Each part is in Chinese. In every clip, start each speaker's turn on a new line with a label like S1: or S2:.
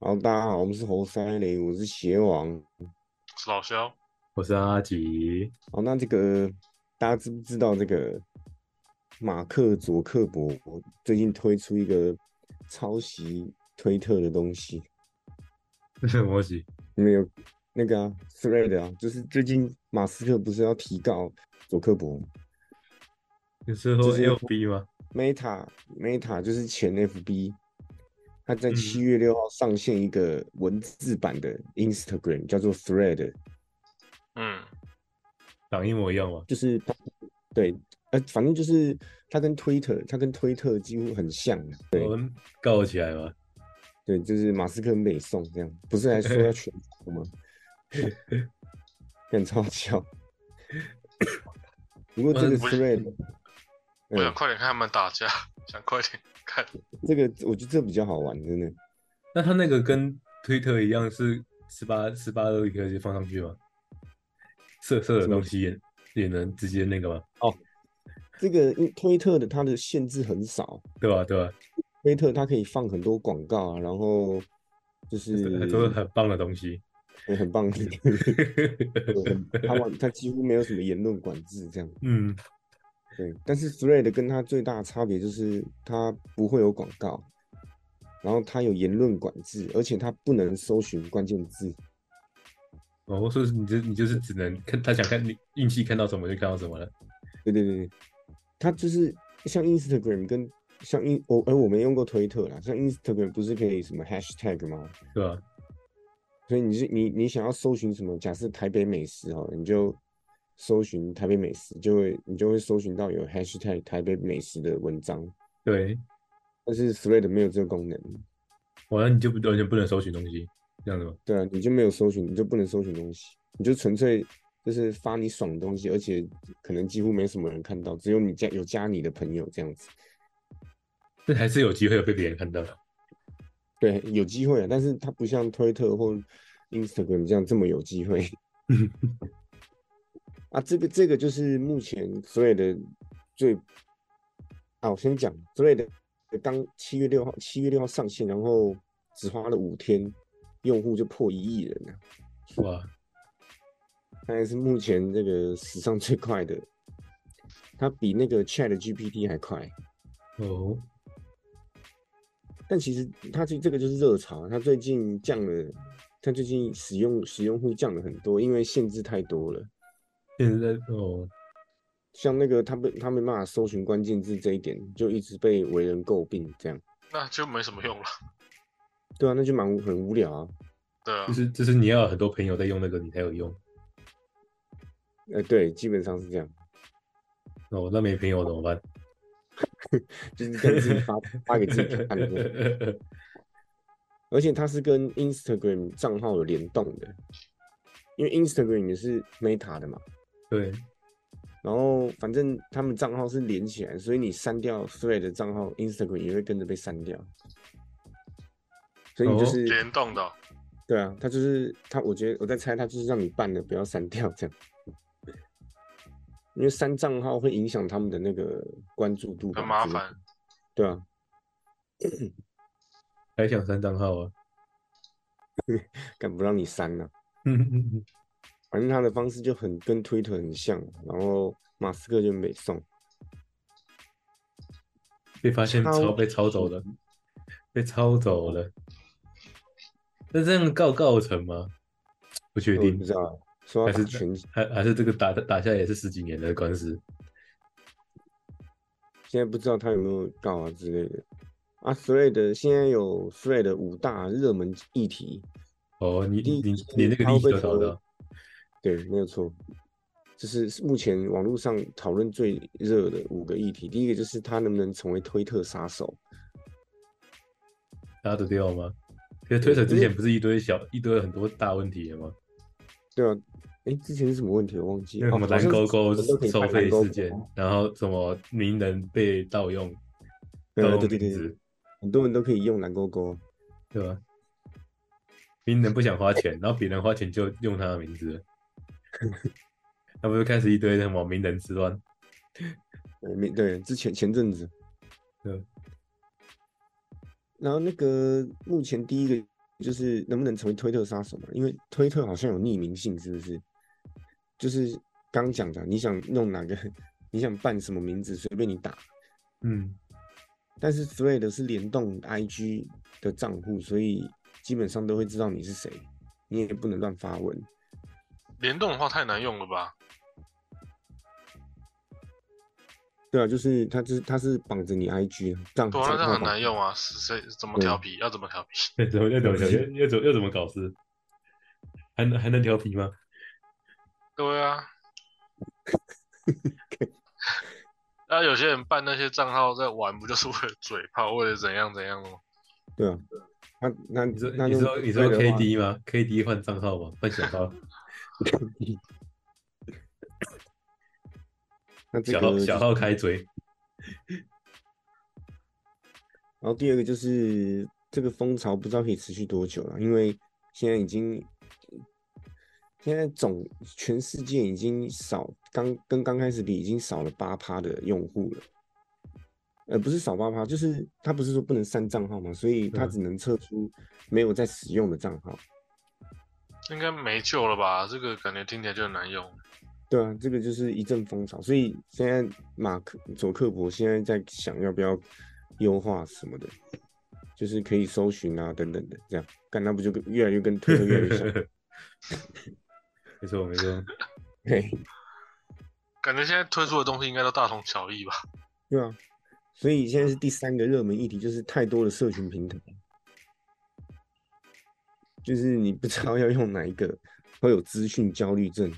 S1: 好，大家好，我们是猴塞雷，我是邪王。
S2: 是老肖，
S3: 我是阿吉，
S1: 好，那这个大家知不知道这个马克·佐克伯最近推出一个抄袭推特的东西？
S3: 这是 摩西，
S1: 你们有那个啊，Thread 啊，就是最近马斯克不是要提告佐克伯吗
S3: 你是说
S1: 这是
S3: L B 吗？
S1: Meta Meta 就是前 FB，它在
S3: 嗯
S1: 七月六号上线一个文字版的 Instagram，叫做 Thread，
S2: 嗯，
S3: 长一模一样吗？
S1: 就是它对，呃，反正就是它跟 Twitter，它跟推特几乎很像啊。对
S3: 我们告起来吗？
S1: 对，就是马斯克美送这样，不是还说要全球吗？很超巧。不过这个
S2: 我是
S1: Thread，
S2: 我
S1: 嗯
S2: 想，快点看他们打架，想快点看。
S1: 这个我觉得这比较好玩，真的。
S3: 那他那个跟推特一样是十八十八二可以放上去吗？色色的
S1: 什么
S3: 东西也也能直接那个吗？
S1: 这个因为推特的它的限制很少，
S3: 对吧、对吧、
S1: 推特它可以放很多广告啊，然后就是
S3: 很多很棒的东西。
S1: 很很 棒，他们它几乎没有什么言论管制这样。
S3: 嗯，
S1: 对，但是 Thread 跟它最大的差别就是它不会有广告，然后它有言论管制，而且它不能搜寻关键字。
S3: 哦，说是你就你就是只能看他想看你运气看到什么就看到什么了。
S1: 对对对对，它就是像 Instagram 跟像 in 我呃而我没用过推特啦，像 Instagram 不是可以什么 Hashtag 吗？
S3: 对吧、
S1: 所以你是你你想要搜寻什么？假设台北美食好了，你就搜寻台北美食，就会你就会搜寻到有 hashtag 台北美食的文章，
S3: 对，
S1: 但是 Thread 没有这个功能，
S3: 完哦了你就不完全不能搜寻东西，这样子吗？
S1: 对啊，你就没有搜寻，你就不能搜寻东西，你就纯粹就是发你爽的东西，而且可能几乎没什么人看到，只有你加有加你的朋友这样子。
S3: 那还是有机会有被别人看到的。
S1: 对，有机会啊，但是它不像推特或 Instagram 这样这么有机会。啊，这个这个就是目前所有的最啊，我先讲所有的刚七月六号，七月六号上线，然后只花了五天，用户就破一亿人了，
S3: 哇，
S1: 它还是目前这个史上最快的，它比那个 Chat GPT 还快。
S3: 哦，
S1: 但其实它这这个就是热潮，啊它最近降了，它最近使用使用户降了很多，因为限制太多了。
S3: 现在哦，
S1: 像那个他们他没办法搜寻关键字这一点，就一直被为人诟病。这样，
S2: 那就没什么用了。
S1: 对啊，那就蛮无很无聊啊。
S2: 对啊
S3: 就，是就是你要有很多朋友在用那个，你才有用。
S1: 呃，对，基本上是这样，
S3: 哦，那没朋友怎么办？
S1: 就是跟自己发发给自己看的这样。而且它是跟 Instagram 账号有联动的，因为 Instagram 也是 Meta 的嘛。
S3: 对，
S1: 然后反正他们账号是连起来，所以你删掉 Thread 的账号，Instagram 也会跟着被删掉。所以你就
S3: 哦
S1: 是、
S2: 联动的哦、
S1: 对啊，他就是他，我觉得我在猜，他就是让你办了，不要删掉这样，因为删账号会影响他们的那个关注度吧，
S2: 很麻
S1: 之类的
S2: 烦。。
S1: 对啊，
S3: 还想删账号啊？
S1: 敢不让你删呢、
S3: 嗯，
S1: 反正他的方式就很跟 Twitter 很像，然后马斯克就没送，
S3: 被发现
S1: 抄
S3: 抄被抄走了，被抄走了。那这样告告成吗？不确
S1: 我也
S3: 定
S1: 不，知道啊，说要
S3: 还
S1: 打
S3: 是
S1: 拳，
S3: 还还是这个打打下来也是十几年的官司。
S1: 现在不知道他有没有告啊之类的。啊，Thread 现在有 Thread 五大热门议题，
S3: 哦，你
S1: 第
S3: 你
S1: 一就
S3: 你
S1: 是
S3: 你那个
S1: 他会
S3: 利息
S1: 被
S3: 都找
S1: 投
S3: 到，
S1: 对，没有错，就是目前网络上讨论最热的五个议题。第一个就是他能不能成为推特杀手，
S3: 拉得掉吗？其实推特
S1: 对
S3: 之
S1: 因为
S3: 前不是一堆小一堆很多大问题的吗？
S1: 对啊，哎，之前是什么问题我忘记
S3: 那
S1: 了，
S3: 什
S1: 哦
S3: 么
S1: 好
S3: 蓝
S1: 像
S3: 勾
S1: 是
S3: 勾
S1: 什么都可以
S3: 收
S1: 办蓝
S3: 费
S1: 勾
S3: 事
S1: 勾
S3: 件，然后什么名人被盗用，
S1: 对啊
S3: 盗
S1: 对
S3: 用
S1: 对
S3: 名
S1: 对，
S3: 字，
S1: 很多人都可以用蓝勾勾，
S3: 对吧？名人不想花钱，然后别人花钱就用他的名字了，那不就开始一堆什么名人之乱？
S1: 呃，没对，之前前阵子，
S3: 对。
S1: 然后那个目前第一个就是能不能成为推特杀手嘛？因为推特好像有匿名性，是不是？就是刚讲的，你想弄哪个，你想办什么名字，随便你打。
S3: 嗯，
S1: 但是 Thread 是联动 IG 的账户，所以基本上都会知道你是谁，你也不能乱发文。
S2: 联动的话太难用了吧？
S1: 对啊，就是它就是它是绑着你 IG 啊账
S2: 对
S1: 账号
S2: 啊，那这样很
S1: 绑
S2: 难用啊，是谁怎么
S1: 对
S2: 调皮？要怎么调皮？
S3: 要怎么 要怎么调要要怎么要怎么搞事？还能还能调皮吗？
S2: 对啊。 那有些人办那些账号在玩，不就是为了嘴炮，为了怎样怎样吗？
S1: 对啊，那那
S3: 你说
S1: 那
S3: 你说
S1: 用
S3: 你说
S1: Thread 的话
S3: KD 吗？KD 换账号吗？换小号
S1: 那 这
S3: 小号
S1: 个
S3: 小号开追，
S1: 然后第二个就是这个风潮不知道可以持续多久了，因为现在已经，现在总全世界已经少刚跟刚开始比已经少了八趴的用户了，呃，不是少八趴，就是他不是说不能删账号嘛，所以他
S3: 嗯
S1: 只能测出没有在使用的账号。
S2: 应该没救了吧？这个感觉听起来就很难用。
S1: 对啊，这个就是一阵风潮，所以现在马克佐克伯现在在想要不要优化什么的，就是可以搜寻啊等等的，这样干那不就跟越来越跟推特越来越 像？
S3: 没错没错，
S1: 对，
S2: 感觉现在推出的东西应该都大同小异吧？
S1: 对啊，所以现在是第三个热门议题，就是太多的社群平台，就是你不知道要用哪一个，会有资讯焦虑症，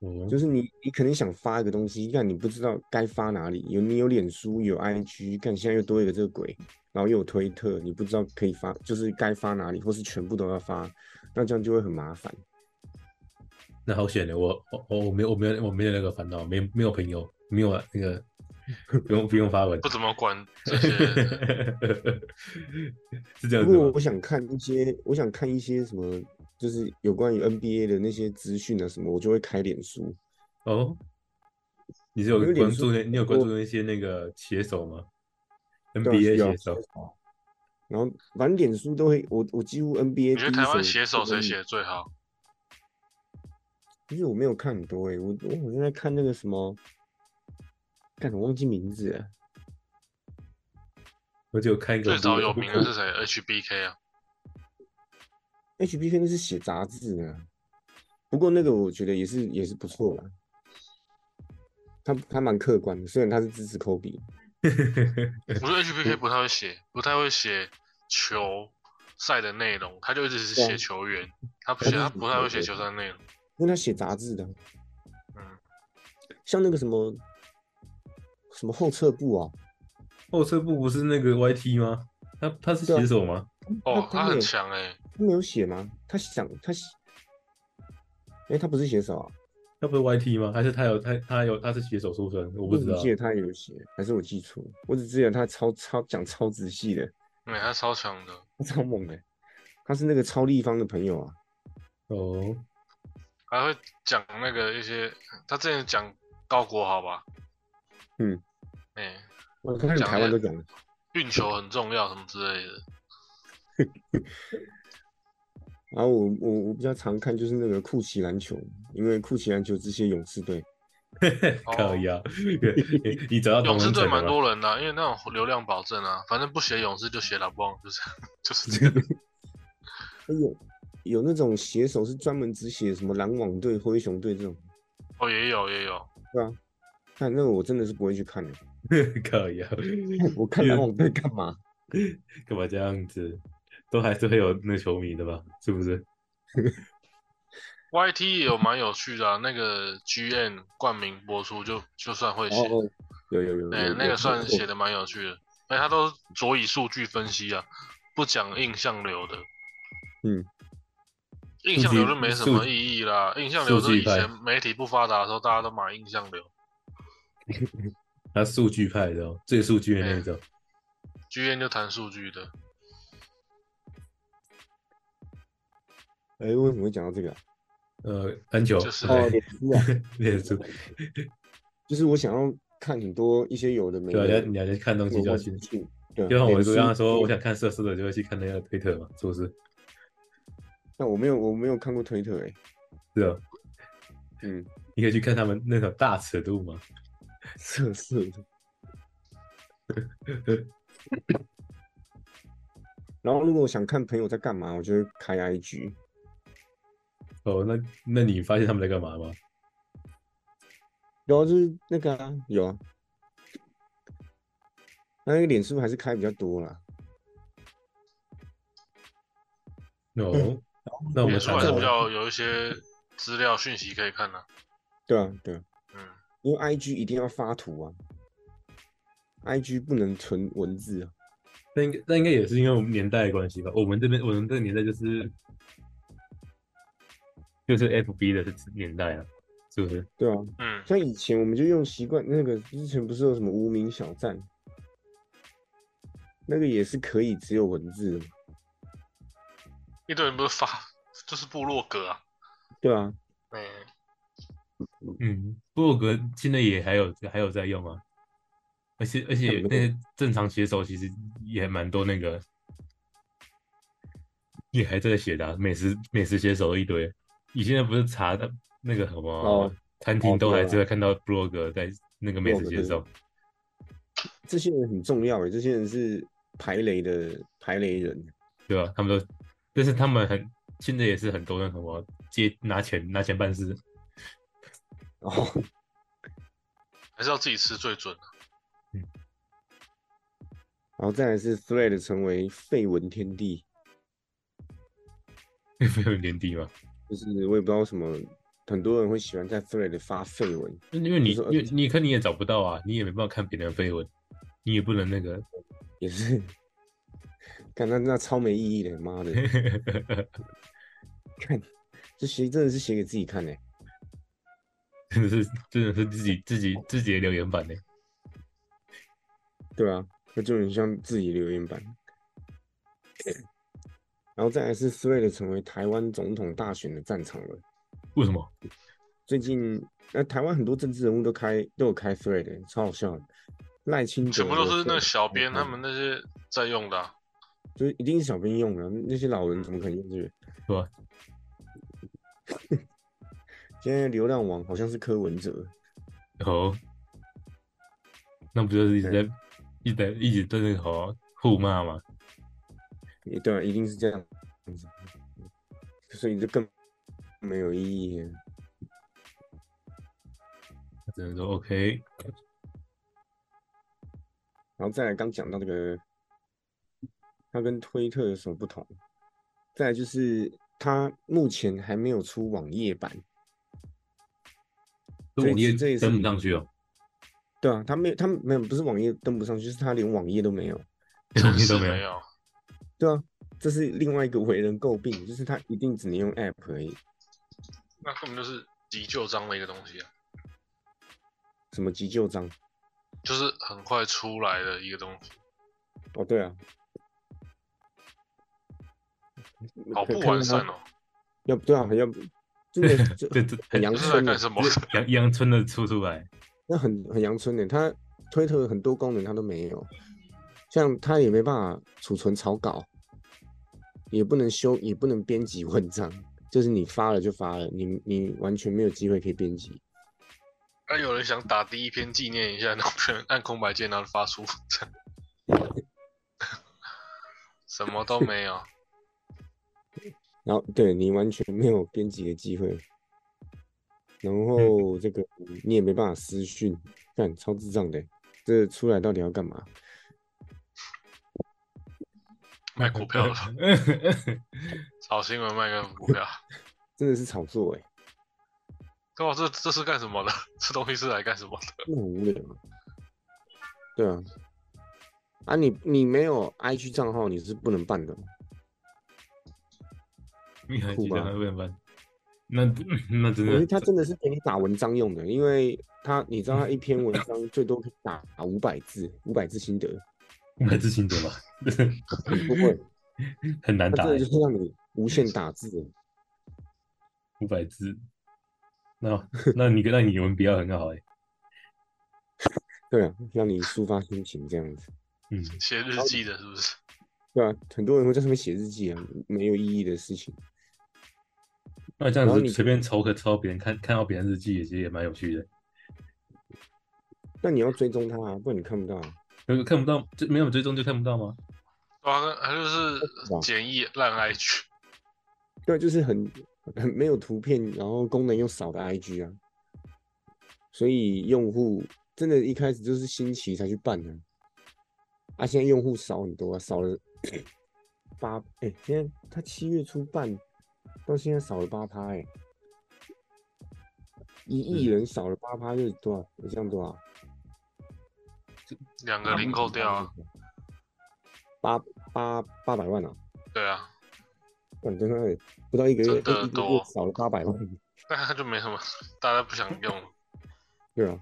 S3: 哦
S1: 就是你你可能想发一个东西，但你不知道该发哪里，有你有脸书有 IG，看现在又多一个这个鬼，然后又有推特，你不知道可以发，就是该发哪里，或是全部都要发，那这样就会很麻烦。
S3: 那好险的，我我我我没有我没有我没有那个烦恼，没没有朋友，没有啊那个 不用不用发文
S2: 不，怎么管这些，
S3: 是这样
S1: 不
S3: 子
S1: 过
S3: 吗
S1: 我？想看一些，我想看一些什么，就是有关于 NBA 的那些资讯啊什么，我就会开脸书。
S3: 哦，你是有
S1: 因为
S3: 关
S1: 脸书
S3: 注那你有关
S1: 我
S3: 注那些那个写手吗
S1: 对啊
S3: ？NBA
S1: 有啊
S3: 写手，
S1: 然后反正脸书都会，我我几乎 NBA
S2: 你觉得
S1: 第一
S2: 台湾
S1: 手嗯
S2: 写手
S1: 都
S2: 谁
S1: 是
S2: 写？的最好？
S1: 其实我没有看很多诶、欸我我好像在看那个什么，干我忘记名字了。
S3: 我只有看一个
S2: 最早有
S3: 不
S2: 名的是谁？HBK 啊，
S1: HBK 那是写杂志的啊，不过那个我觉得也是也是不错啦。他他蛮客观的，虽然他是支持科比，
S2: 我觉得 HBK 不太会写，不太会写球赛的内容，他就一直是
S1: 对啊
S2: 写球员，他不
S1: 他
S2: 写，
S1: 就是
S2: 他
S1: 写
S2: 不太会
S1: 球
S2: 写
S1: 员
S2: 球赛内容。
S1: 因为他写杂志的啊，
S2: 嗯，
S1: 像那个什么什么后撤步啊，
S3: 后撤哦步不是那个 YT 吗？他他是
S1: 对啊
S3: 写手吗？
S2: 哦，
S1: 他
S2: 他
S1: 没
S2: 很
S1: 有
S2: 强哎，
S1: 他没有写吗？他想他写，哎、他不是写手啊？
S3: 他不是 YT 吗？还是他有他他有他是写手出身？我不知道哦
S1: 我记得他有写，还是我记错？我只记得他超超讲超仔细的，
S2: 哎，他超强的。
S1: 他超猛的、他是那个超立方的朋友啊，
S3: 哦。
S2: 还会讲那个一些，他之前讲高国豪吧，
S1: 嗯，
S2: 哎、
S1: 我看
S2: 讲
S1: 台湾
S2: 得
S1: 都讲了，
S2: 运球很重要什么之类的，
S1: 然后我我我比较常看就是那个酷奇篮球，因为酷奇篮球这些勇士队，
S3: 可以啊， 你你找到
S2: 哦
S3: 同
S2: 勇士
S3: 人
S2: 队
S3: 整了
S2: 蛮
S3: 吗？
S2: 多人的啊、因为那种流量保证啊，反正不写勇士就写老棒，就是就是 这样。
S1: 哎有有那种写手是专门只写什么篮网队、灰熊队这种，
S2: 哦，也有也有，
S1: 但那个我真的是不会去看的、
S3: 可以啊，
S1: 我看篮网队干 嘛？
S3: 干嘛这样子？都还是会有那球迷的吧？是不是？
S2: YT 也有蛮有趣的、啊，那个 GN 冠名播出就就算会
S1: 哦
S2: 写，
S1: 哦，有有有，
S2: 哎、
S1: 有
S2: 那个算写
S1: 的，
S2: 的蛮有趣的，哎、他都佐以数据分析啊，不讲印象流的。
S1: 嗯，
S2: 印象流就
S3: 数据
S2: 没什
S3: 数
S2: 么意义啦。印象流
S3: 数
S2: 是
S3: 据
S2: 以
S3: 派
S2: 前媒体不发达的时候，大家都买印象流。
S3: 他数据派的、哦，最数据的那种。
S2: 剧院就谈数据的，
S1: 哎、为什么会讲到这个啊、
S3: 呃，篮球
S2: 就是
S1: 哦，
S3: 对
S1: 脸书啊，
S3: 脸书，
S1: 就是我想要看很多一些有的没
S3: 对啊，啊
S1: 的
S3: 你要你要去看东西
S1: 有
S3: 就要
S1: 关
S3: 去
S1: 资讯，对啊，
S3: 就像我
S1: 脸
S3: 刚刚
S1: 书
S3: 说，我想看色色的，就会去看那个推特嘛，是不是？
S1: 但我没有我没有看过推特哎、
S3: 是啊，
S1: 嗯，
S3: 你可以去看他们那种大尺度嘛。
S1: 色色的。 然后如果我想看朋友在干嘛，我就会开 IG，
S3: 哦，那那你发现他们在干嘛吗？
S1: 然后就是那个啊，有啊，那那个脸书还是开比较多啦。
S3: 哦，那我们
S2: 脸书还是
S3: 打
S2: 比
S3: 算
S2: 较有一些资料讯息可以看的、
S1: 对啊，对啊，
S2: 嗯，
S1: 因为 IG 一定要发图啊，IG 不能纯文字啊。
S3: 那应该那应该也是因为我们年代的关系吧。我们这边我们这个年代就是就是 FB 的年代啊，是不是？
S1: 对啊，
S2: 嗯，
S1: 像以前我们就用习惯那个，之前不是有什么无名小站，那个也是可以只有文字的嘛。
S2: 一堆人不是发 就是部落格啊，
S1: 对啊，
S2: 嗯，
S3: 嗯，部落格现在也还有还有在用啊，而且而且
S1: 很多
S3: 那些正常写手其实也蛮多那个，也还在写的啊美食美食写手一堆，你现在不是查的那个什么
S1: 哦
S3: 餐厅
S1: 哦
S3: 都
S1: 对
S3: 还
S1: 啊
S3: 是会看到部落格在那个美
S1: 部
S3: 食
S1: 落格
S3: 写
S1: 对
S3: 手，
S1: 这些人很重要欸诶，这些人是排雷的排雷人。
S3: 对吧？他们都，但是他们很现在也是很多那什么接拿钱拿钱办事，
S1: 哦，
S2: 还是要自己吃最准、啊、
S1: 然后再来是 Thread 成为绯闻天地，
S3: 没有年底嘛，
S1: 就是我也不知道为什么，很多人会喜欢在 Thread 发绯闻。
S3: 因为你
S1: 就是
S3: 因为你看你也找不到啊，你也没办法看别人的绯闻，你也不能那个。，
S1: 也是， 看那那超没意义的，妈的
S3: 真
S1: 看这写真的是写给自己看欸的，
S3: 的是 真的是自己自己自己的留言板呢。
S1: 对啊，那就很像自己留言板。 然后再来是 Thread 成为台湾总统大选的战场了。
S3: 为什么？
S1: 最近那、台湾很多政治人物都开都有开 Thread，超好笑的。赖清德
S2: 全部都是
S1: 有
S2: 那
S1: Thread，
S2: 个小编
S1: 好
S2: 他
S1: 看
S2: 们那些在用的、啊，
S1: 就是一定是小兵用的，那些老人怎么可能用这个？
S3: 对吧？
S1: 现在流量网好像是柯文哲，
S3: 哦，那不就是一直在一直在一直在那个哦互骂吗？
S1: 也对、啊，一定是这样子，所以这更没有意义了。
S3: 只能说 OK，
S1: 然后再来刚讲到这个，它跟推特有什么不同？再来就是它目前还没有出网页版，
S3: 这
S1: 这
S3: 网页
S1: 这也是
S3: 登不上去哦，
S1: 对啊，它没有，它没有，不是网页登不上去，就是它连网页都没有。
S3: 这东
S2: 真
S3: 西都
S2: 是
S3: 没
S2: 没
S3: 有。
S2: 有，
S1: 对啊，这是另外一个为人诟病，就是它一定只能用 App 而已，
S2: 那根本就是急救章的一个东西啊，
S1: 什么急救章。
S2: 就是很快出来的一个东西，
S1: 哦，对啊，
S2: 好
S1: 可
S2: 不
S1: 看
S2: 完
S1: 到
S2: 善
S1: 它
S2: 哦，
S1: 要不对啊，要不真的 就
S3: 这这
S1: 很阳
S2: 这是来
S1: 春的
S2: 干，什 么？
S3: 阳阳春的出出来，
S1: 那很很阳春的。它推特很多功能它都没有，像它也没办法储存草稿，也不能修，也不能编辑文章，就是你发了就发了，你你完全没有机会可以编辑。
S2: 那啊有人想打第一篇纪念一下，那我全按空白键然后发出，什么都没有。
S1: 然后对你完全没有编辑的机会，然后这个你也没办法私讯，干超智障的，这出来到底要干嘛？
S2: 卖股票了炒新闻卖个股票，
S1: 真的是炒作哎、欸，
S2: 对啊吧？这这是干什么的？ 这东西是来干什么的？
S1: 真的很无聊。对啊，啊你你没有 IG 账号你是不能办的，
S3: 你还记
S1: 酷
S3: 得
S1: 吧
S3: 还会办？那那真
S1: 因为
S3: 的
S1: 它真的是给你打文章用的，因为它你知道它一篇文章最多可以打五百字，五百字心得，
S3: 还是心得吧，
S1: 你不会，
S3: 很难
S1: 它
S3: 打
S1: 真
S3: 欸
S1: 的就是让你无限打字欸。
S3: 欸五百字。那那你那欸你文笔要很好哎。
S1: 对啊，让你抒发心情这样子。
S3: 嗯，
S2: 写日记的，是不是？
S1: 对啊，很多人会在上面写日记啊，没有意义的事情。
S3: 那这
S1: 然
S3: 样
S1: 后
S3: 子
S1: 你
S3: 随便抽个抽别人看看到别人日记，也其实也蛮有趣的。
S1: 那你要追踪他啊，不然你看不到、啊。
S3: 就是看不到，就没有追踪就看不到吗？
S2: 对啊，那他就是
S1: 哇
S2: 简易烂 IG，
S1: 对，啊就是很很没有图片，然后功能又少的 IG 啊，所以用户真的一开始就是新奇才去办的、啊，现在用户少很多啊，少了八哎、现在他七月初办，到现在少了八趴哎，一亿人少了八趴，就是多少？这样多少？啊
S2: 两个零扣掉啊。
S1: 八八八百万啊！
S2: 对啊，
S1: 哇，真的不到一个月，
S2: 真的
S1: 一个
S2: 多
S1: 月少了八百万，
S2: 但他就没什么，大家不想用了。
S1: 对啊。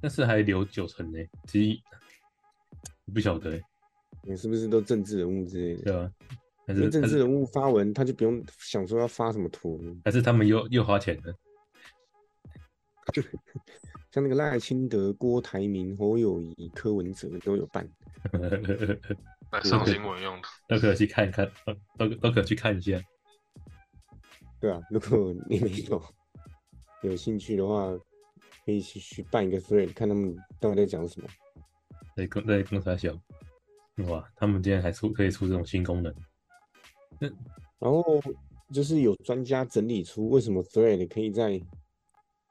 S3: 但是还留九成呢、其实不晓得、欸，
S1: 你是不是都政治人物之类的？
S3: 对吧、啊？还
S1: 因为
S3: 是
S1: 政
S3: 还
S1: 治
S3: 是
S1: 人物发文，他就不用想说要发什么图，
S3: 还是他们又又花钱了？
S1: 像那个赖清德、郭台铭、侯友谊、柯文哲都有办。
S2: 来上新闻用的，
S3: 都可以去看看，都都可以去看一下。
S1: 对啊，如果你没有有兴趣的话，可以去去办一个 thread，看他们到底在讲什么。
S3: 在公在公司小，哇，他们竟然还出可以出这种新功能，
S1: 然后就是有专家整理出为什么 thread 可以在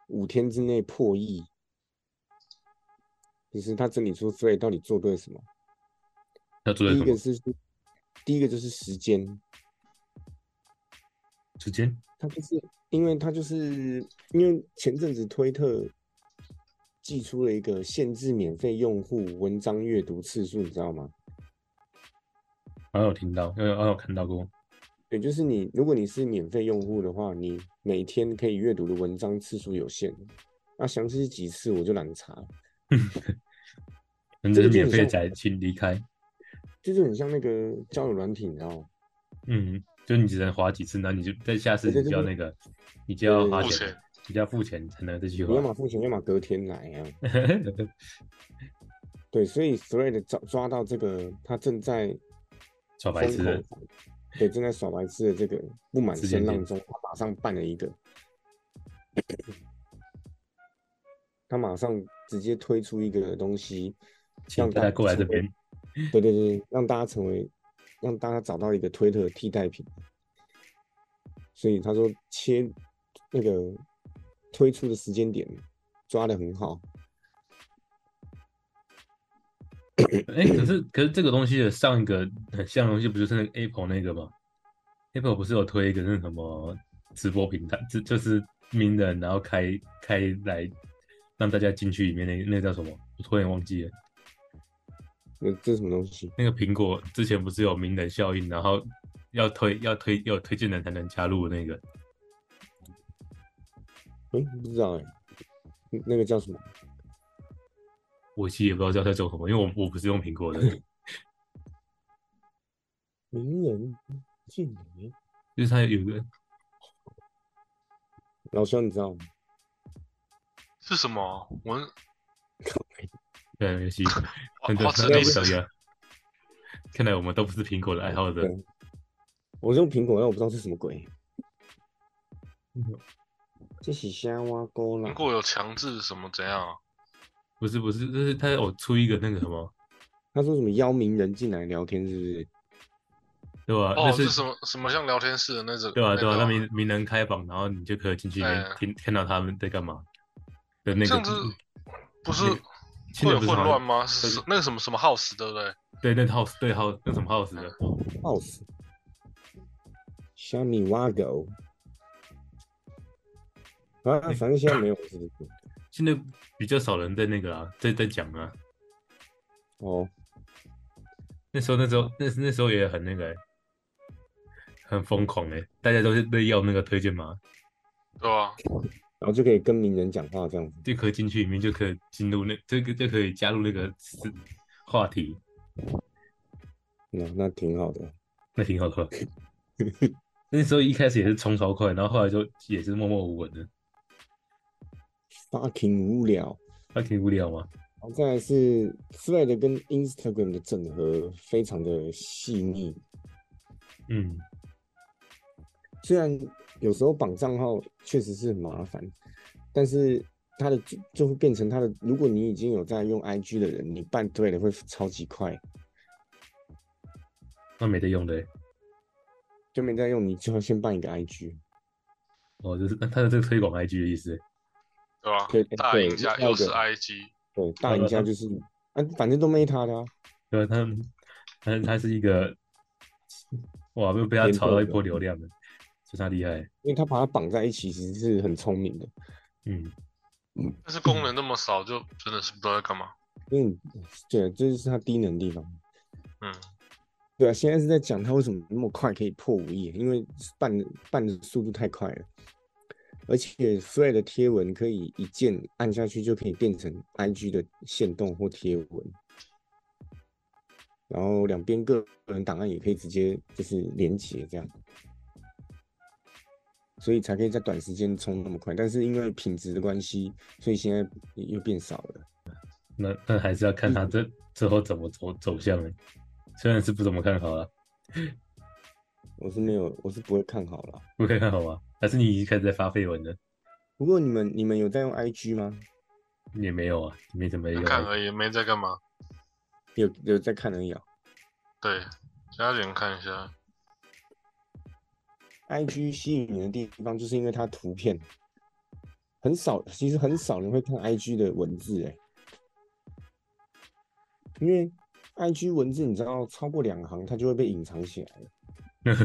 S1: 五天之内破亿，就是他整理出 thread 到底做对什么。
S3: 要做
S1: 第
S3: 点
S1: 一
S3: 什
S1: 个
S3: 么
S1: 是第一个就是时间，
S3: 时间？
S1: 它就是因为它就是因为前阵子推特寄出了一个限制免费用户文章阅读次数，你知道吗？
S3: 好像有听到，好像有看到过。
S1: 对，就是你如果你是免费用户的话，你每天可以阅读的文章次数有限，那详细是几次我就懒得查了。
S3: 你
S1: 这个
S3: 这是
S1: 就
S3: 免
S1: 很
S3: 费
S1: 像
S3: 的宅，请离开。
S1: 就是很像那个交友软体，你知道吗？
S3: 嗯，就你只能划几次，那你就在下次
S1: 对对
S3: 你就要
S1: 对
S3: 那个，你就要
S1: 对
S3: 花
S2: 付
S3: 钱
S2: 钱，
S3: 你就要付钱才能再去
S1: 你要
S3: 划。
S1: 么付钱，要么隔天来啊。对，所以 Thread 抓抓到这个，他正在
S3: 耍白痴的
S1: 风，口上，对，正在耍白痴的这个不满
S3: 时间
S1: 声浪
S3: 点
S1: 中，他马上办了一个， 他马上直接推出一个东西，
S3: 请
S1: 让
S3: 大家过来
S1: 成
S3: 这边
S1: 为，对对对，让大家成为，让大家找到一个推特的替代品。所以他说切那个推出的时间点抓的很好，
S3: 哎、可是可是这个东西的上一个很像的东西不就是那个 Apple 那个吗？Apple 不是有推一个那什么直播平台，就就是名人然后开开来让大家进去里面那那叫什么？我突然忘记了。
S1: 那这是什么东西？
S3: 那个苹果之前不是有名人效应，然后要推要推要有推荐人才能加入那个，
S1: 诶，不知道哎、嗯那个叫什么？
S3: 我其实也不知道叫在做什么，因为我我不是用苹果的，
S1: 名人进来，
S3: 就是它有个
S1: 老兄你知道吗？
S2: 是什么？我哦
S3: 对游戏，
S2: 好
S3: 很多
S2: 好啊吃
S3: 很
S1: 那
S3: 多
S2: 历
S1: 不
S2: 史
S3: 手游。看来我们都不是苹果的爱好者。
S1: 对我是用苹果，但我不知道是什么鬼。这是虾挖沟
S2: 如
S1: 啦，
S2: 果有强制什么怎样啊？
S3: 不是不是，就是他有出一个那个什么，
S1: 他说什么邀名人进来聊天，是不是？
S3: 对吧、
S2: 哦，
S3: 呃那
S2: 是
S3: 是
S2: 什么什么像聊天室的那种？
S3: 对吧、啊对吧、
S2: 个哦
S3: 那名名人开房，然后你就可以进去里面
S2: 哎
S3: 听看到他们在干嘛的那
S2: 这
S3: 个
S2: 样，子不是
S3: 那个现
S2: 会
S3: 在
S2: 有
S3: 不是
S2: 混
S3: 好
S2: 乱吗？
S3: 对
S2: 是那个什么什么 house 对不对？
S3: 对，那 house 对 house 那什么 house 的，
S1: 暴死！虾米挖狗啊，反正现在没有是不是
S3: 现在比较少人在那个啊，在在讲啊。
S1: 哦，
S3: 那时候那时候那那时候也很那个欸、很疯狂哎、大家都是在要那个推荐码，
S2: 对吧？
S1: 然后就可以跟名人讲话这样子。
S3: 就可以进去里面就可以进入那这个就可以加入那个是话题，
S1: 那那挺好的。
S3: 那挺好的。那时候一开始也是冲超快，然后后来就也是默默无闻的。
S1: fucking 无聊，
S3: 那挺无聊吗？
S1: 然后再来是 Thread 跟 Instagram 的整合非常的细腻，
S3: 嗯，
S1: 虽然有时候绑账号确实是很麻烦，但是它的就就会变成它的，如果你已经有在用 IG 的人，你办 Thread 会超级快，
S3: 那没得用的欸。
S1: 就没在用，你就要先办一个 IG。
S3: 哦，就是那他的这个推广 IG 的意思欸。
S2: 对吧
S1: 对？
S2: 大
S1: 对
S2: 赢家
S1: 那
S2: 又是
S1: 个
S2: IG，
S1: 对，大
S3: 好
S1: 赢
S3: 的
S1: 家
S3: 那
S1: 就是，啊，反正都没他的啊。
S3: 对啊，他们，他他是一个，哇，被被他
S1: 连
S3: 炒到
S1: 破
S3: 一
S1: 的
S3: 波流量的，就他厉害。
S1: 因为他把它绑在一起，其实是很聪明的。
S3: 嗯，
S2: 但是功能那么少，就真的是不知道在干嘛。
S1: 因为你对，啊这就是他低能的地方。
S2: 嗯，
S1: 对啊，现在是在讲他为什么那么快可以破五亿，因为办的办的速度太快了，而且 Thread 的贴文可以一键按下去就可以变成 IG 的限动或贴文，然后两边个人档案也可以直接就是连接这样，所以才可以在短时间冲那么快。但是因为品质的关系，所以现在又变少了。
S3: 那那还是要看他这之后怎么走走向欸。虽然是不怎么看好啊了，
S1: 我是没有，我是不会看好了。
S3: 不会看好啊，还是你已经开始在发绯闻了？
S1: 不过你们你们有在用 IG 吗？
S3: 也没有啊，没怎么用
S2: 看
S3: 啊。
S2: 看而已，没在干嘛。
S1: 有有在看而已啊。
S2: 对，加点看一下。
S1: IG 吸引人的地方，就是因为它图片很少，其实很少人会看 IG 的文字哎、因为 IG 文字你知道超过两行它就会被隐藏起来了，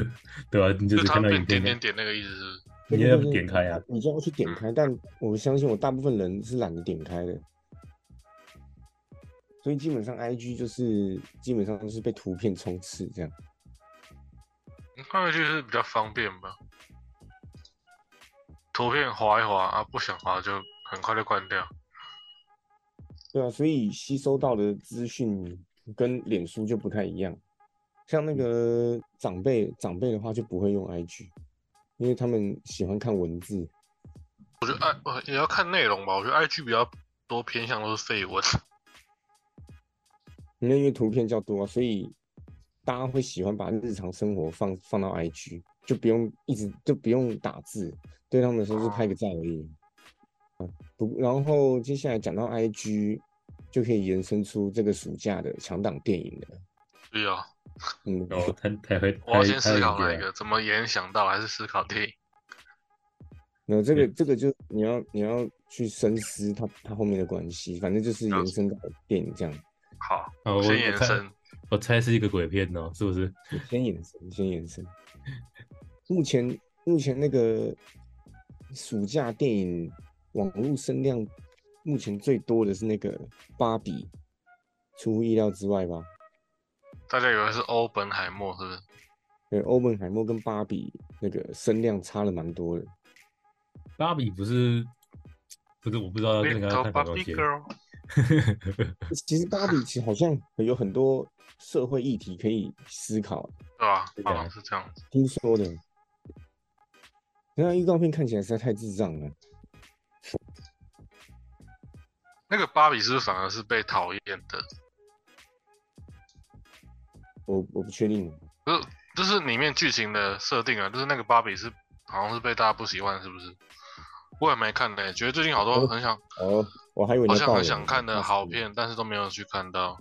S3: 对啊，你就
S2: 就是他
S3: 看到
S2: 变
S3: 影
S2: 点
S3: 片，
S2: 点点那个意思是
S1: 对
S3: 你
S1: 对
S3: 要
S1: 对
S3: 点开啊。
S1: 你就要去点开，但我相信我大部分人是懒得点开的，所以基本上 IG 就是基本上就是被图片充斥这样。
S2: 不是，看回去是比较方便吧。图片划一划啊，不想划就很快就关掉。
S1: 对啊，所以吸收到的资讯跟脸书就不太一样。像那个长辈，长辈的话就不会用 IG，因为他们喜欢看文字。
S2: 我觉得 I 呃也要看内容吧，我觉得 IG 比较多偏向都是绯闻。
S1: 那因为图片较多啊，所以大家会喜欢把日常生活放放到 IG，就不用一直就不用打字，对他们来说是拍个照而已。啊，不，然后接下来讲到 IG，就可以延伸出这个暑假的强档电影了。
S2: 对啊，
S1: 嗯，
S3: 哦，他他会，
S2: 我要
S3: 他
S2: 先
S3: 他
S2: 思
S3: 有
S2: 考哪
S3: 个
S2: 一个，怎么联想到还是思考电影？
S1: 那这个
S3: 嗯
S1: 这个就你要你要去深思它它后面的关系，反正就是
S2: 了
S1: 延
S2: 解
S1: 伸到电影这样，
S2: 好，
S3: 啊，
S2: 哦我
S3: 我
S2: 先
S3: 我
S2: 延
S3: 猜
S2: 伸。
S3: 我猜是一个鬼片哦，是不是？
S1: 先延伸先延伸。目前目前那个暑假电影网络声量目前最多的是那个《芭比》，出乎意料之外吧？
S2: 大家以为是欧本海默是不是？
S1: 对，欧本海默跟芭比那个声量差了蛮多的。
S3: 芭比不是，不是，我不知道跟
S2: Little
S3: 大家看什么东
S2: Barbie
S3: 西。
S2: Girl，
S1: 其实芭比其实好像有很多社会议题可以思考，
S2: 对吧？
S3: 对
S2: 好
S3: 啊
S2: 像是这样子。
S1: 听说的。那预告片看起来实在太智障了。
S2: 那个芭比是不是反而是被讨厌的？
S1: 我我不确定，
S2: 不是，就是里面剧情的设定啊，就是那个芭比是好像是被大家不喜欢，是不是？我也没看呢、觉得最近好多
S1: 哦
S2: 很想，
S1: 哦，我还以为你要
S2: 好像
S1: 爆
S2: 很
S1: 雷
S2: 想看的
S1: 吓
S2: 好，
S1: 死
S2: 片，但是都没有去看到。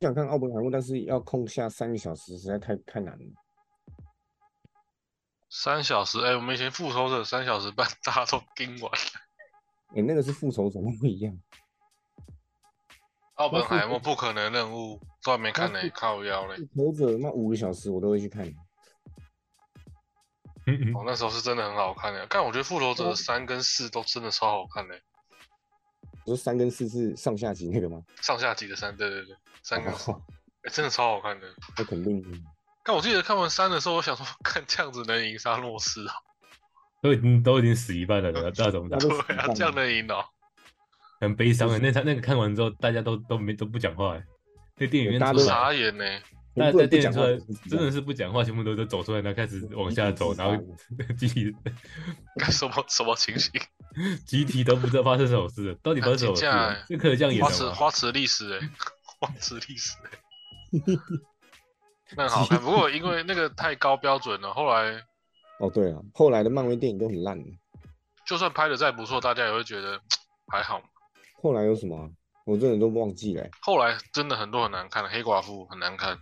S1: 我想看奥本海默，但是要空下三个小时，实在太太难了。
S2: 三小时，哎、我们以前复仇者三小时半 大家都盯完。
S1: 哎、那个是复仇者，那不一样。
S2: 奥本海默
S1: 复
S2: 不可能任务都还没看呢、
S1: 那复
S2: 靠腰嘞。
S1: 复仇者那五个小时我都会去看。
S3: 嗯
S2: 哦，那时候是真的很好看的、但我觉得复仇者三跟四都真的超好看的、
S1: 我说三跟四是上下集那个吗？
S2: 上下集的三，对对对，三跟四、
S1: 哦，
S2: 哎真的超好看的。
S1: 那肯定。
S2: 但我记得看完三的时候，我想说， 看这样子能赢沙诺斯啊？
S3: 都已经都已经死一半 了，那那怎么打
S1: 那？
S2: 对
S1: 都死
S2: 啊
S1: 一半，
S2: 这样
S1: 了
S2: 能赢哦。
S3: 很悲伤
S1: 就
S3: 啊！
S1: 是
S3: 那他那个看完之后，大家都都没都不讲话欸，那电影院
S1: 大家
S3: 出
S1: 都
S3: 来
S2: 傻眼呢、
S1: 全全
S3: 大家
S1: 部人
S3: 在
S1: 不
S3: 电影
S1: 讲
S3: 出
S1: 话
S3: 来
S1: 都是一
S3: 真
S1: 样
S3: 的是不讲话，全部都都走出来，然后开始往下走，
S1: 集体
S3: 然后集体
S2: 什么什么情形？
S3: 集体都不知道发生什么事了，到底发生什么事
S2: 干
S3: 了？是可以这样演
S2: 花池
S3: 的吗？
S2: 花池历史哎、 花池历史哎、 那很好看。哎不过因为那个太高标准了，后来
S1: 哦，对啊，后来的漫威电影都很烂的。
S2: 就算拍的再不错，大家也会觉得还好。
S1: 后来有什么啊、我真的都忘记了欸、
S2: 后来真的很多很难看，黑寡妇很难看。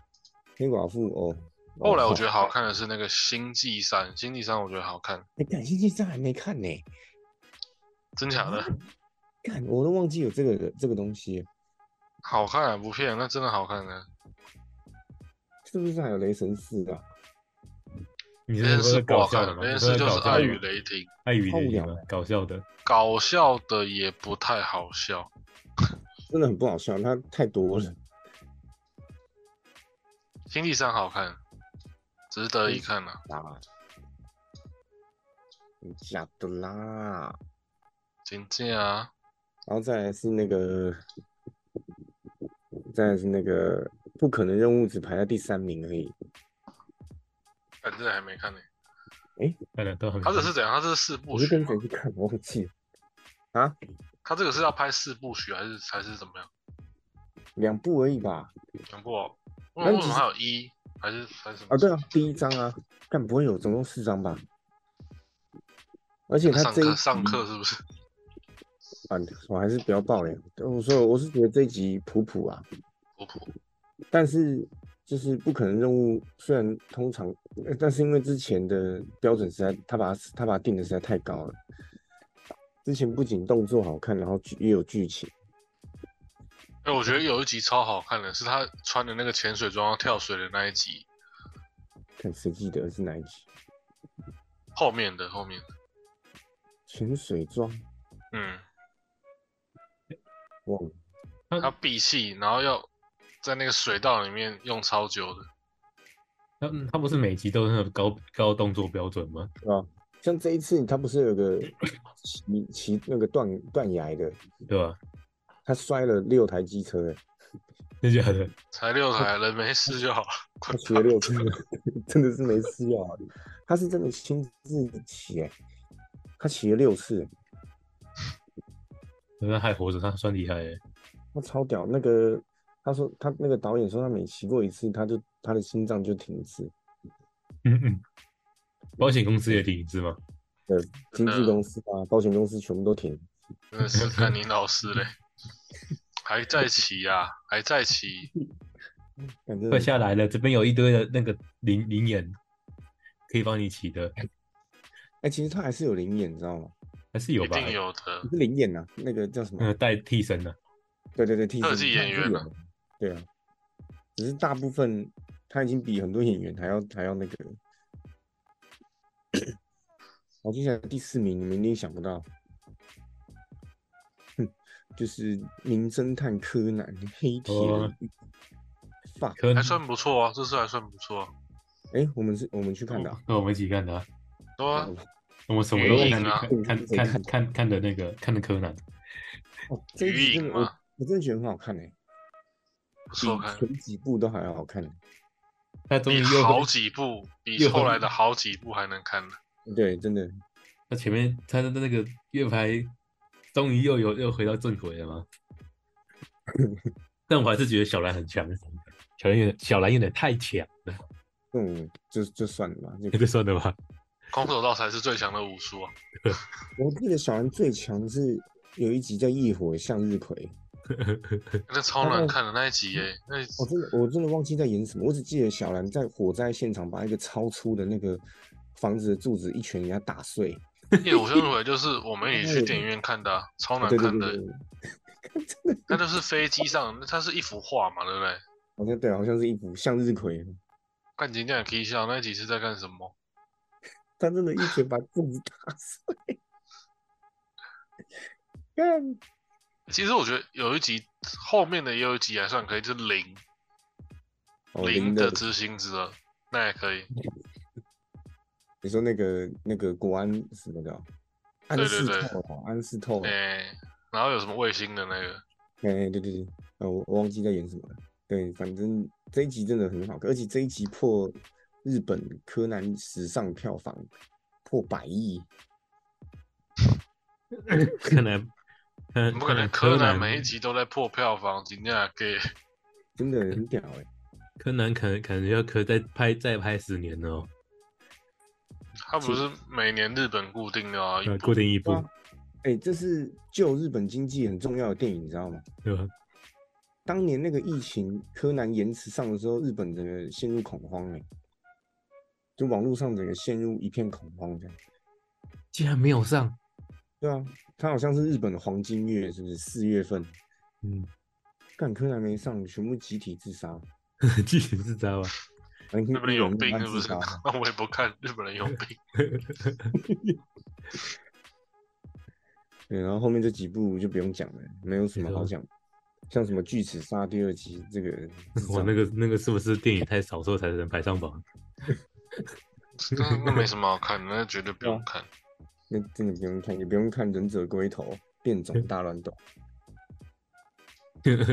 S1: 黑寡妇哦。
S2: 后来我觉
S1: 得，
S2: 得好看的是那个《星际三》，《星际三》我觉得好看，
S1: 哎、干星期三还没看呢、
S2: 真假
S3: 嗯
S2: 的？
S1: 看我都忘记有这个人这个东西了，
S2: 好看啊，不骗人，那真的好看呢、
S1: 是不是还有雷神四啊？
S3: 你
S2: 这
S3: 这
S2: 件
S3: 是
S2: 事
S3: 说
S2: 不好
S3: 搞
S2: 看的这
S3: 笑的，吗？
S2: 件
S3: 你
S2: 事
S3: 说
S2: 就是
S3: 搞笑
S2: 爱
S3: 的
S2: 与
S3: 吗
S2: 雷霆，
S3: 爱与
S1: 超
S3: 雷
S1: 无
S3: 霆
S1: 聊
S3: 吗
S1: 的？
S3: 搞笑的，
S2: 搞笑的也不太好笑。
S1: 真的很不好笑，它太多了。
S2: 《星际三》好看，值得一看啊。
S1: 啊，嗯假的啦。
S2: 真的啊，
S1: 然后再来是那个，再来是那个不可能任务只排在第三名而已。
S2: 反正还没看呢、
S3: 看了都很。
S2: 他这是怎样？他这是四部
S1: 我是
S2: 曲
S1: 跟
S2: 吗
S1: 谁？去看，我忘记了。
S2: 他这个是要拍四部曲还是还是怎么样？
S1: 两部而已吧？
S2: 全部、哦？
S1: 那
S2: 为
S1: 你
S2: 为什
S1: 只
S2: 么
S1: 是
S2: 还有一？还是还是什么？
S1: 啊，对啊，第一章啊，但不会有，总共四章吧？而且他
S2: 上
S1: 这一
S2: 课上
S1: 集
S2: 课是不是？
S1: 啊，我还是不要爆雷。我说我是觉得这一集普普啊，
S2: 普普
S1: 但是就是不可能任务，虽然通常，呃但是因为之前的标准实在，他把它他把它定的实在太高了。之前不仅动作好看，然后剧也有剧情。
S2: 哎、我觉得有一集超好看的，是他穿的那个潜水装要跳水的那一集，
S1: 看谁记得是哪一集？
S2: 后面的后面的，
S1: 潜水装
S2: 嗯，
S1: 忘了，
S2: 他闭气，然后要在那个水道里面用超久的，
S3: 他他不是每集都是那种高高动作标准吗？
S1: 对吧？像这一次他不是有个骑骑那个断断崖的，
S3: 对吧？
S1: 他摔了六台机车、欸，
S3: 真假的？
S2: 才六台，人没事就好了。
S1: 他骑了六次，真的是没吃药、啊。他是真的亲自骑、欸，他骑了六次欸、
S3: 他还活着，他算厉害耶！
S1: 他超屌，那个他说他那个导演说他每骑过一次，他就他的心脏就停止。
S3: 嗯嗯，保险公司也挺是吗？
S1: 经纪公司啊，保险公司全部都停。
S2: 真的是看你老师嘞，还在骑啊，还在骑，
S1: 反正
S3: 快下来了，这边有一堆的那个灵灵眼，可以帮你起的，
S1: 哎、其实他还是有灵眼，你知道吗？
S3: 还是有
S2: 一
S3: 吧？
S2: 定有的
S1: 不。是灵眼啊，那个叫什么？
S3: 那个代替身呢、
S1: 对对对，替
S2: 特
S1: 身
S2: 技
S1: 他
S2: 演
S1: 还是
S2: 员
S1: 有
S2: 啊
S1: 的对啊，只是大部分他已经比很多演员还要还要那个。 好，接下来第四名，你们一定想不到，哼，就是《名侦探柯南》黑铁
S3: 哦
S1: 人。fuck，
S3: 可
S2: 还算不错啊，这次还算不错、啊。
S1: 哎、我们是我们去看的、啊，
S3: 那我们一起看的啊、
S2: 对
S1: 嗯
S2: 啊，
S3: 我们什么都
S2: 余
S3: 看
S2: 影啊
S3: 看看看看看的那个看的柯南，
S1: 哦，这一集
S2: 余
S1: 真
S2: 影
S1: 的我
S2: 吗
S1: 我真的觉得很好看哎、
S2: 不
S1: 比
S2: 错看。
S1: 前几部都还要好看。
S3: 他终于
S2: 比
S3: 又
S2: 好几部，比
S3: 又
S2: 后
S3: 回
S2: 来的好几部还能看呢。
S1: 对，真的，
S3: 他前面他的那个月牌，终于又有又回到正轨了吗？ 但我还是觉得小兰很强，小兰有点小兰有点太强了，
S1: 这种就就算了吧，就
S3: 那就算了吧。
S2: 空手道才是最强的武术啊！
S1: 我记得小兰最强是有一集叫《异火向日葵》，
S2: 那超
S1: 哦
S2: 难看的那一集耶、那一集
S1: 我真的我真的忘记在演什么，我只记得小兰在火灾现场把一个超粗的那个房子的柱子一拳给它打碎，
S2: 夜我认为就是我们一起去电影院看的、啊，超难
S1: 对对
S2: 看
S1: 对
S2: 的
S1: 对，
S2: 欸。
S1: 对，真的
S2: 那就是飞机上，那它是一幅画嘛，对不对？
S1: 好像对，好像是一幅向日葵，
S2: 干紧点 K 笑那一集是在干什么？
S1: 他真的一拳把柱子打碎， 看
S2: 其实我觉得有一集后面的也有一集还算可以，就是零、
S1: 哦
S2: 零
S1: 零
S2: 的
S1: 的，
S2: 执行之了，那也可以。
S1: 你说那个那个国安什么的哦，安
S2: 对对
S1: 室
S2: 对
S1: 透哦，安室透哦，
S2: 哎、然后有什么卫星的那个，
S1: 哎、对对对，呃，我我忘记在演什么了。对，反正这一集真的很好看，而且这一集破日本柯南史上票房破百亿，
S3: 柯南，柯
S2: 不可能柯南每一集都在破票房，今天给
S1: 真的很屌哎、
S3: 柯南可能可能要可再拍再拍十年了哦，
S2: 他不是每年日本固定的啊，一
S3: 呃
S2: 部
S3: 固定一部
S1: 对啊，哎、这是救日本经济很重要的电影，你知道吗？
S3: 对吧？
S1: 当年那个疫情，柯南延迟上的时候，日本整个陷入恐慌哎、就网络上整个陷入一片恐慌这样。
S3: 竟然没有上，
S1: 对啊，它好像是日本的黄金月，是不是？四月份，
S3: 嗯，
S1: 干柯南没上，全部集体自杀，
S3: 剧情是渣吧？
S1: 那
S2: 日本人有病是不是
S1: 自杀？
S2: 那我也不看日本人有病，
S1: 对，然后后面这几部就不用讲了，没有什么
S3: 没错
S1: 好讲。像什么《巨齿鲨》第二集，这个自
S3: 我
S1: 杀
S3: 那个那个是不是电影太少之后才能排上榜？
S2: 那那没什么好看的，那绝对啊不用看。
S1: 那真的不用看，也不用看《忍者龟头》《变种大乱斗》《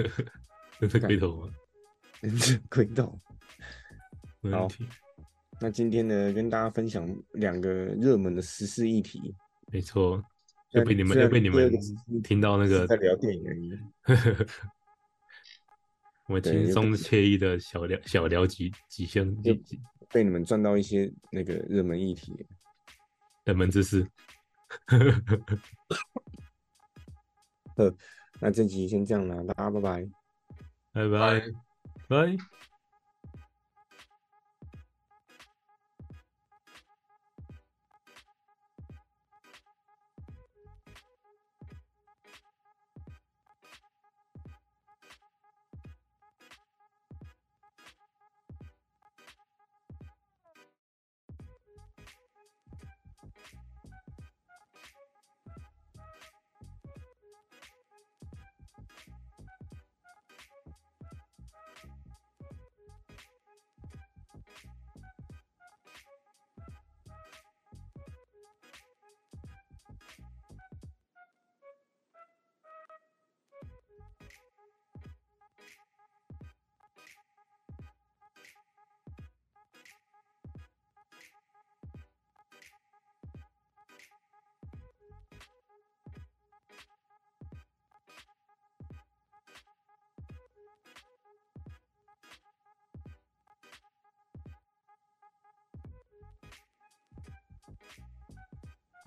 S3: 真的龟头吗？
S1: 忍者龟头》。
S3: 没问题，
S1: 那今天呢，跟大家分享两个热门的时事议题，
S3: 没错，哦
S1: 虽
S3: 又
S1: 然
S3: 被你们
S1: 虽
S3: 又
S1: 然
S3: 被你
S1: 第二
S3: 们
S1: 个时事议题
S3: 听到那
S1: 是在
S3: 个，
S1: 聊电影而已。
S3: 我们
S1: 对
S3: 轻
S1: 又
S3: 松
S1: 被
S3: 惬意的 小聊小聊几几项
S1: 又
S3: 几几
S1: 被你们赚到一些那个热门议题。
S3: 冷门知识。
S1: 那这集先这样啦，大家拜拜。
S3: 拜哎拜
S2: 拜
S3: 拜。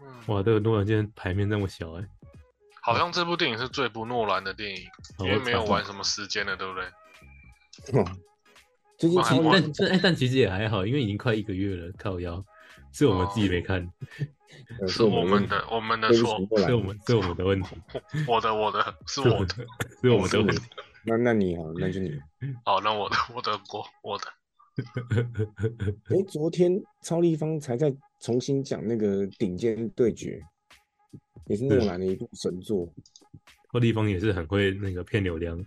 S2: 嗯，
S3: 哇，这个诺兰今天牌面那么小哎、
S2: 好像这部电影是最不诺兰的电影，
S3: 哦
S2: 因为没有
S3: 我操
S2: 玩什么时间了，对不对？
S1: 最近
S2: 我还
S1: 超
S2: 玩
S1: 多
S3: 但但哎，但其实也还好，因为已经快一个月了，靠腰，是我们
S2: 哦
S3: 自己没看，
S1: 呃
S2: 是我们的，我们的错，
S1: 过来
S3: 是。我们是我们的问题，
S2: 我的我的是
S3: 是
S2: 我的，
S3: 的，是我们的问题。
S1: 那那哦你好，那就你。
S2: 好，那我的我的我我的，
S1: 哎、昨天超立方才在重新讲那个顶尖对决，也是诺兰的一部神作。
S3: 霍立方也是很会那个骗流量，